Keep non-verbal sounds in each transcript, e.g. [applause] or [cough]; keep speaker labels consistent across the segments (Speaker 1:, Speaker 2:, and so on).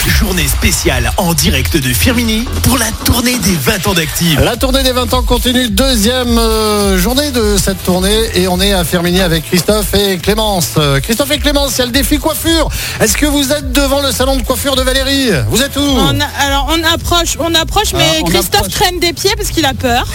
Speaker 1: journée spéciale en direct de Firmini pour la tournée des 20 ans d'Active.
Speaker 2: La tournée des 20 ans continue, deuxième euh, journée de cette tournée et on est à Firmini avec Christophe et Clémence. Euh, Christophe et Clémence, il y a le défi coiffure. Est-ce que vous êtes devant le salon de coiffure de Valérie Vous êtes où
Speaker 3: On a- alors on approche, on approche, mais
Speaker 4: Ah, on
Speaker 3: Christophe
Speaker 4: approche.
Speaker 3: traîne des pieds parce qu'il a
Speaker 4: [laughs]
Speaker 3: peur.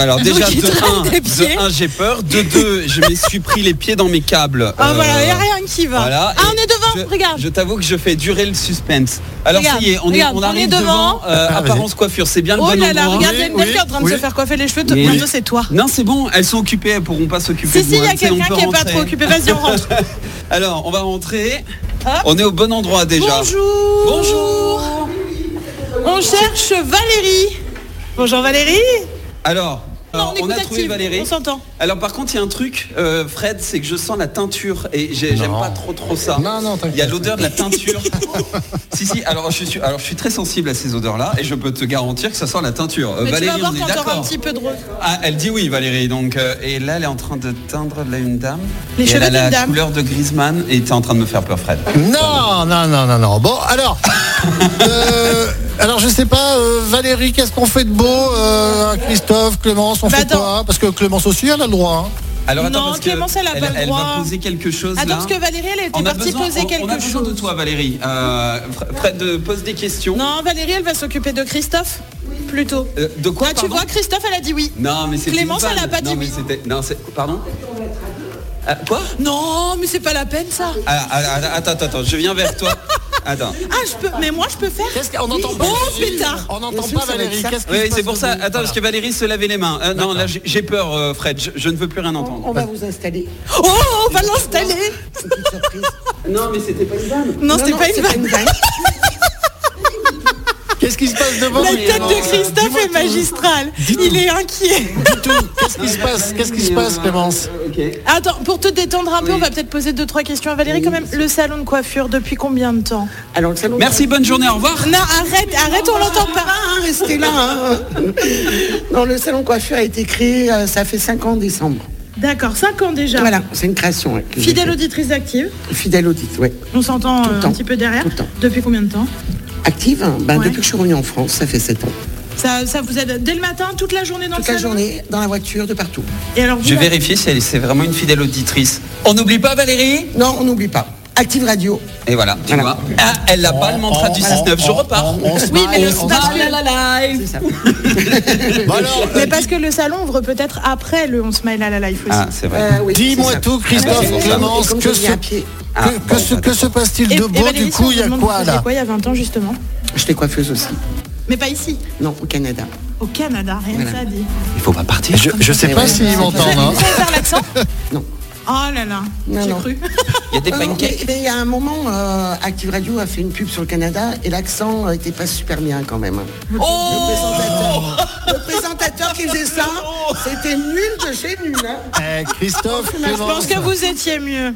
Speaker 3: [laughs]
Speaker 4: alors déjà,
Speaker 3: il
Speaker 4: de
Speaker 3: traîne
Speaker 4: un,
Speaker 3: des pieds.
Speaker 4: de un, j'ai peur. De deux, je me suis pris les pieds dans mes câbles.
Speaker 3: Ah
Speaker 4: Euh,
Speaker 3: voilà, il n'y a rien qui va.
Speaker 4: voilà.
Speaker 3: Ah
Speaker 4: Et
Speaker 3: on est devant,
Speaker 4: je-
Speaker 3: regarde.
Speaker 4: Je t'avoue que je fais durer le suspense. Alors
Speaker 3: Regarde,
Speaker 4: ça y est, on,
Speaker 3: regarde,
Speaker 4: est,
Speaker 3: on
Speaker 4: on
Speaker 3: est
Speaker 4: arrive
Speaker 3: devant.
Speaker 4: devant, euh,
Speaker 2: Ah, vas-y.
Speaker 4: Apparence Coiffure. C'est bien le
Speaker 3: Oh
Speaker 4: bon
Speaker 3: là là,
Speaker 4: endroit.
Speaker 2: Oui,
Speaker 3: regarde, il y a une belle
Speaker 2: oui,
Speaker 3: qui est en train de
Speaker 2: oui.
Speaker 3: se faire coiffer les cheveux.
Speaker 4: Mais-
Speaker 3: Bientôt c'est toi.
Speaker 4: Non, c'est bon, elles sont occupées, elles pourront pas s'occuper
Speaker 3: Si,
Speaker 4: de
Speaker 3: si, il
Speaker 4: moi.
Speaker 3: y a
Speaker 4: tu sais, on
Speaker 3: quelqu'un
Speaker 4: peut
Speaker 3: qui n'est pas
Speaker 4: rentrer.
Speaker 3: trop occupé. Vas-y,
Speaker 4: [laughs]
Speaker 3: on rentre.
Speaker 4: Alors, on va rentrer.
Speaker 3: Hop.
Speaker 4: On est au bon endroit déjà.
Speaker 3: Bonjour.
Speaker 4: Bonjour.
Speaker 3: On cherche Valérie. Bonjour Valérie.
Speaker 4: Alors, alors,
Speaker 3: écoute
Speaker 4: on, a trouvé
Speaker 3: Active,
Speaker 4: Valérie. Euh,
Speaker 3: On s'entend.
Speaker 4: Alors par contre, il y a un truc, euh, Fred, c'est que je sens la teinture et j'ai- j'aime pas trop trop ça.
Speaker 2: Non, non, t'inquiète.
Speaker 4: il y a l'odeur de la teinture. [laughs] si si. Alors je suis, alors je suis très sensible à ces odeurs-là et je peux te garantir que ça sent la teinture. Euh,
Speaker 3: Mais
Speaker 4: Valérie,
Speaker 3: tu vas
Speaker 4: on
Speaker 3: voir
Speaker 4: est
Speaker 3: quand t'auras un
Speaker 4: d'accord.
Speaker 3: petit peu de rose.
Speaker 4: Ah, elle dit oui, Valérie. Donc euh, et là, elle est en train de teindre là une dame.
Speaker 3: Les
Speaker 4: Et
Speaker 3: cheveux
Speaker 4: elle a
Speaker 3: d'une
Speaker 4: la
Speaker 3: dame.
Speaker 4: couleur de Griezmann et t'es en train de me faire peur, Fred.
Speaker 2: Non, non, non, non, non. Bon,
Speaker 3: [laughs]
Speaker 2: alors, euh, alors je sais pas, euh, Valérie, qu'est-ce qu'on fait de beau euh, Christophe, Clémence, on
Speaker 3: Bah,
Speaker 2: fait
Speaker 3: attends.
Speaker 2: quoi Parce que Clémence aussi, elle a le droit. hein.
Speaker 4: Alors attends,
Speaker 3: Non,
Speaker 4: parce que
Speaker 3: Clémence, elle a pas le droit.
Speaker 4: va poser quelque chose là.
Speaker 3: Attends, parce que Valérie, elle était
Speaker 4: on a
Speaker 3: partie
Speaker 4: besoin,
Speaker 3: poser
Speaker 4: on-
Speaker 3: quelque
Speaker 4: on a besoin
Speaker 3: chose.
Speaker 4: de toi, Valérie. Euh, Fr- Fred, euh, pose des questions.
Speaker 3: Non, Valérie, elle va s'occuper de Christophe plutôt.
Speaker 4: Euh, de quoi
Speaker 3: Ah, tu
Speaker 4: pardon
Speaker 3: vois, Christophe, elle a dit oui.
Speaker 4: Non, mais c'est
Speaker 3: Clémence, elle a pas dit
Speaker 4: non, mais
Speaker 3: oui.
Speaker 4: c'était- Non, c'est. Pardon Ah, Quoi
Speaker 3: Non, mais c'est pas la peine ça.
Speaker 4: Ah, ah, ah, Attends, attends, attends, je viens vers toi. Attends.
Speaker 3: Ah, je peux. Mais moi, je peux faire.
Speaker 2: Qu'est-ce qu'on entend pas
Speaker 3: Oh pétard.
Speaker 2: On n'entend
Speaker 3: Monsieur,
Speaker 2: pas
Speaker 3: ça va
Speaker 2: Valérie.
Speaker 3: être ça.
Speaker 2: Qu'est-ce qui
Speaker 4: Oui,
Speaker 2: se passe
Speaker 4: c'est pour ça.
Speaker 2: debout
Speaker 4: Attends, parce que Valérie se lavait les mains. Euh, non, là, j'ai- j'ai peur, euh, Fred. Je, je ne veux plus rien entendre.
Speaker 5: On va vous installer.
Speaker 3: Oh, on va l'installer.
Speaker 5: Petite surprise.
Speaker 4: Non, mais c'était pas une dame.
Speaker 3: Non, c'était pas une
Speaker 5: c'est
Speaker 3: vanne.
Speaker 5: vanne.
Speaker 2: Qu'est-ce qui se passe devant
Speaker 3: La tête de Christophe est magistrale. Il est inquiet.
Speaker 2: Qu'est-ce qui se passe Qu'est-ce qui se passe, Clémence
Speaker 4: euh, Ok.
Speaker 3: [laughs] Attends, pour te détendre un peu,
Speaker 4: Oui.
Speaker 3: on va peut-être poser deux trois questions à Valérie quand même. Le salon de coiffure, depuis combien de temps
Speaker 5: Alors Ah, le salon.
Speaker 4: Merci, bonne journée, au revoir.
Speaker 3: Non, arrête, arrête, on l'entend pas.
Speaker 5: Ah, restez là. hein. Non, le salon de coiffure a été créé, euh, ça fait 5 ans en décembre.
Speaker 3: D'accord, 5 ans déjà.
Speaker 5: Voilà, c'est une création. ouais, que j'ai
Speaker 3: Fidèle auditrice active.
Speaker 5: faite. Fidèle audit, ouais.
Speaker 3: On s'entend
Speaker 5: le
Speaker 3: euh, un
Speaker 5: temps.
Speaker 3: petit peu derrière.
Speaker 5: Tout le temps.
Speaker 3: Depuis combien de temps
Speaker 5: Active, hein, ben,
Speaker 3: Ouais.
Speaker 5: depuis que je suis revenue en France, ça fait 7 ans.
Speaker 3: ça, ça vous aide dès le matin, toute la journée dans
Speaker 5: Toute
Speaker 3: le
Speaker 5: la
Speaker 3: salon
Speaker 5: journée, dans la voiture, de partout.
Speaker 3: Et alors, vous,
Speaker 4: Je
Speaker 3: la-
Speaker 4: vais vérifier si elle- c'est vraiment une fidèle auditrice. On n'oublie pas, Valérie
Speaker 5: Non, on n'oublie pas. Active Radio.
Speaker 4: Et voilà, tu
Speaker 5: Voilà.
Speaker 4: vois. Ah, elle n'a pas le mantra du 19. Je repars.
Speaker 3: Oui, mais le
Speaker 2: on-
Speaker 3: snap,
Speaker 4: la la live.
Speaker 5: C'est ça.
Speaker 2: Bon, Bah alors,
Speaker 3: Mais parce que le salon ouvre peut-être après le On Smile à la Life aussi.
Speaker 4: Ah, c'est vrai.
Speaker 5: Euh, oui, c'est
Speaker 2: Dis-moi
Speaker 5: ça. ben,
Speaker 2: tout,
Speaker 4: Ah,
Speaker 2: Christophe,
Speaker 4: c'est
Speaker 2: Clémence,
Speaker 5: Comme je
Speaker 2: que
Speaker 5: viens
Speaker 2: se,
Speaker 5: à pied.
Speaker 4: Ah,
Speaker 2: que, que
Speaker 4: bon,
Speaker 2: se, que se passe-t-il
Speaker 3: Et-
Speaker 2: de
Speaker 3: et
Speaker 2: beau
Speaker 3: Valérie,
Speaker 2: du
Speaker 3: si on
Speaker 2: coup
Speaker 3: vous
Speaker 2: Il y a
Speaker 3: demande
Speaker 2: quoi
Speaker 3: vous faisiez
Speaker 2: là
Speaker 3: quoi il y a 20 ans justement
Speaker 5: J'étais coiffeuse aussi.
Speaker 3: Mais pas ici,
Speaker 5: Non, au Canada.
Speaker 3: au Canada, rien que
Speaker 5: Voilà.
Speaker 3: ça a dit.
Speaker 4: Il faut pas partir.
Speaker 2: Je, je sais
Speaker 5: Mais
Speaker 2: pas
Speaker 5: ouais,
Speaker 2: s'ils
Speaker 5: c'est
Speaker 2: m'entendent. hein.
Speaker 3: Vous savez faire
Speaker 4: [laughs]
Speaker 3: l'accent
Speaker 5: Non.
Speaker 3: Oh là là,
Speaker 5: Non,
Speaker 3: j'ai
Speaker 5: non.
Speaker 3: cru.
Speaker 4: Il y a des
Speaker 5: Non, non, Euh, mais-
Speaker 4: pancakes.
Speaker 5: mais Il y a un moment, euh, Active Radio a fait une pub sur le Canada et l'accent n'était pas super bien quand même.
Speaker 4: Oh
Speaker 5: le, présentateur, le présentateur qui faisait ça, c'était nul de chez nul. hein.
Speaker 2: Eh, Christophe,
Speaker 3: Je
Speaker 2: Clémence.
Speaker 3: pense que vous étiez mieux.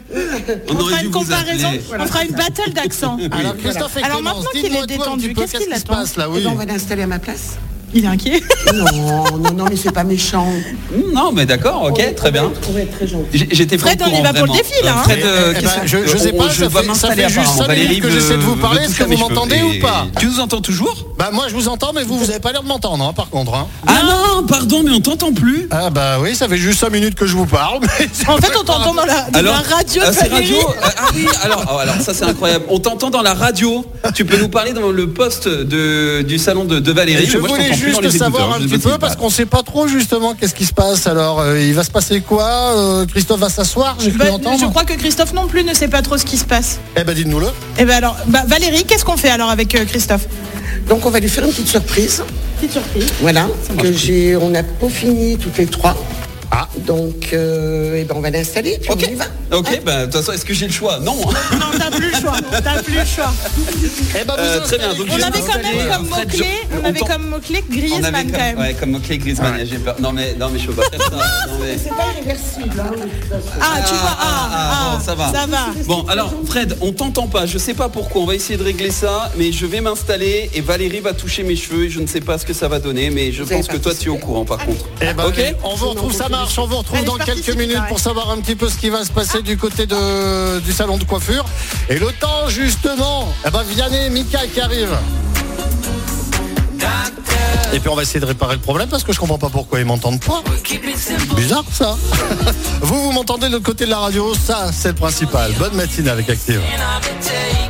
Speaker 4: On,
Speaker 3: On fera
Speaker 4: aurait dû
Speaker 3: une
Speaker 4: vous
Speaker 3: comparaison,
Speaker 4: appeler.
Speaker 3: on fera une battle d'accent. Ah,
Speaker 2: Alors, Christophe et
Speaker 3: Alors,
Speaker 2: Clémence,
Speaker 3: maintenant qu'il
Speaker 2: dites-moi, toi,
Speaker 3: est
Speaker 2: un
Speaker 3: détendu,
Speaker 2: petit peu,
Speaker 3: qu'est-ce qu'il
Speaker 2: qui se
Speaker 3: attend
Speaker 2: passe là
Speaker 5: Eh
Speaker 2: oui.
Speaker 5: ben, on va l'installer à ma place.
Speaker 3: Il est
Speaker 4: [laughs]
Speaker 3: inquiet.
Speaker 5: Non, non, non, mais c'est pas méchant.
Speaker 4: Hum, Non, mais d'accord, ok, très Eh bien.
Speaker 5: On va être très gentil.
Speaker 4: J- J'étais pas
Speaker 3: Oh, Fred,
Speaker 4: au
Speaker 3: on y
Speaker 4: courant,
Speaker 3: va pour le
Speaker 4: vraiment.
Speaker 3: défi, là,
Speaker 4: Euh,
Speaker 3: hein.
Speaker 4: Fred, euh,
Speaker 2: Eh ben,
Speaker 4: qu'est-ce-
Speaker 2: je- je sais
Speaker 4: on-
Speaker 2: pas,
Speaker 4: on-
Speaker 2: ça
Speaker 4: dois
Speaker 2: fait- ça
Speaker 4: m'installer
Speaker 2: fait juste
Speaker 4: apparemment.
Speaker 2: cinq
Speaker 4: Valérie
Speaker 2: minutes que
Speaker 4: me-
Speaker 2: j'essaie de vous
Speaker 4: me
Speaker 2: parler,
Speaker 4: touche
Speaker 2: est-ce que
Speaker 4: à mes
Speaker 2: vous
Speaker 4: cheveux.
Speaker 2: m'entendez ou
Speaker 4: Et-
Speaker 2: pas
Speaker 4: Tu nous entends toujours
Speaker 2: Bah moi je vous entends mais vous vous avez pas l'air de m'entendre hein, par contre. hein.
Speaker 4: Ah non, pardon, mais on t'entend plus.
Speaker 2: Ah bah oui ça fait juste 5 minutes que je vous parle. mais c'est
Speaker 3: En fait,
Speaker 2: pas
Speaker 3: on t'entend dans la, dans la radio
Speaker 4: ah,
Speaker 3: de
Speaker 4: c'est
Speaker 3: Valérie.
Speaker 4: radio. Ah ah oui, alors, oh, alors ça c'est incroyable. On t'entend dans la radio. Tu peux nous parler dans le poste de, du salon de, de Valérie.
Speaker 2: Je
Speaker 4: mais moi,
Speaker 2: voulais
Speaker 4: t'entends plus dans
Speaker 2: juste
Speaker 4: les
Speaker 2: savoir
Speaker 4: écouteurs,
Speaker 2: un
Speaker 4: je
Speaker 2: petit
Speaker 4: sais
Speaker 2: peu
Speaker 4: pas.
Speaker 2: parce qu'on sait pas trop justement qu'est-ce qui se passe. Alors euh, il va se passer quoi Euh, Christophe va s'asseoir, j'ai
Speaker 3: Bah,
Speaker 2: cru entendre.
Speaker 3: je crois que Christophe non plus ne sait pas trop ce qui se passe.
Speaker 2: Eh ben dites-nous le.
Speaker 3: Et ben alors, bah, Valérie, qu'est-ce qu'on fait alors avec euh, Christophe
Speaker 5: Donc on va lui faire une petite surprise.
Speaker 3: Petite surprise.
Speaker 5: Voilà, que j'ai, on a peaufiné toutes les trois.
Speaker 2: Ah.
Speaker 5: Donc, euh, eh ben, on va l'installer, puis
Speaker 4: Ok,
Speaker 5: on y va.
Speaker 4: ok, bah, de toute façon, est-ce que j'ai le choix Non.
Speaker 3: Non, t'as plus le choix. T'as plus le choix.
Speaker 2: Eh ben, vous
Speaker 4: Euh, très bien.
Speaker 2: installez-
Speaker 4: Donc,
Speaker 3: On
Speaker 4: juste
Speaker 3: avait quand
Speaker 4: installer,
Speaker 3: même
Speaker 4: euh,
Speaker 3: comme
Speaker 4: Fred,
Speaker 3: mot-clé,
Speaker 4: je-
Speaker 3: on avait
Speaker 4: t'en-
Speaker 3: comme mot-clé
Speaker 4: On
Speaker 3: Griezmann
Speaker 4: avait
Speaker 3: quand
Speaker 4: comme,
Speaker 3: même.
Speaker 4: ouais, comme mot-clé Griezmann, j'ai peur. Non mais, non mais je peux pas
Speaker 3: [laughs]
Speaker 4: faire ça. Non, mais-
Speaker 5: C'est pas irréversible. hein, de toute façon.
Speaker 3: Ah, tu vois, ah, ah,
Speaker 4: bon, ça va.
Speaker 3: Ça va.
Speaker 4: Bon, alors Fred, on t'entend pas, je sais pas pourquoi, on va essayer de régler ça, mais je vais m'installer et Valérie va toucher mes cheveux et je ne sais pas ce que ça va donner, mais je
Speaker 5: Vous
Speaker 4: pense que
Speaker 5: avez
Speaker 4: toi tu es au courant par contre.
Speaker 2: Eh ben,
Speaker 4: ok
Speaker 2: On vous retrouve, ça marche, on vous retrouve
Speaker 3: Allez,
Speaker 2: dans
Speaker 3: je
Speaker 2: quelques
Speaker 3: participe,
Speaker 2: minutes
Speaker 3: pareil.
Speaker 2: pour savoir un petit peu ce qui va se passer du côté de, du salon de coiffure. Et le temps, justement, eh ben, Vianney, Mika qui arrive. Et puis on va essayer de réparer le problème parce que je comprends pas pourquoi ils m'entendent pas. Bizarre ça. [laughs] vous, vous m'entendez de l'autre côté de la radio, ça c'est le principal. Bonne matinée avec Active.
Speaker 6: I've been taking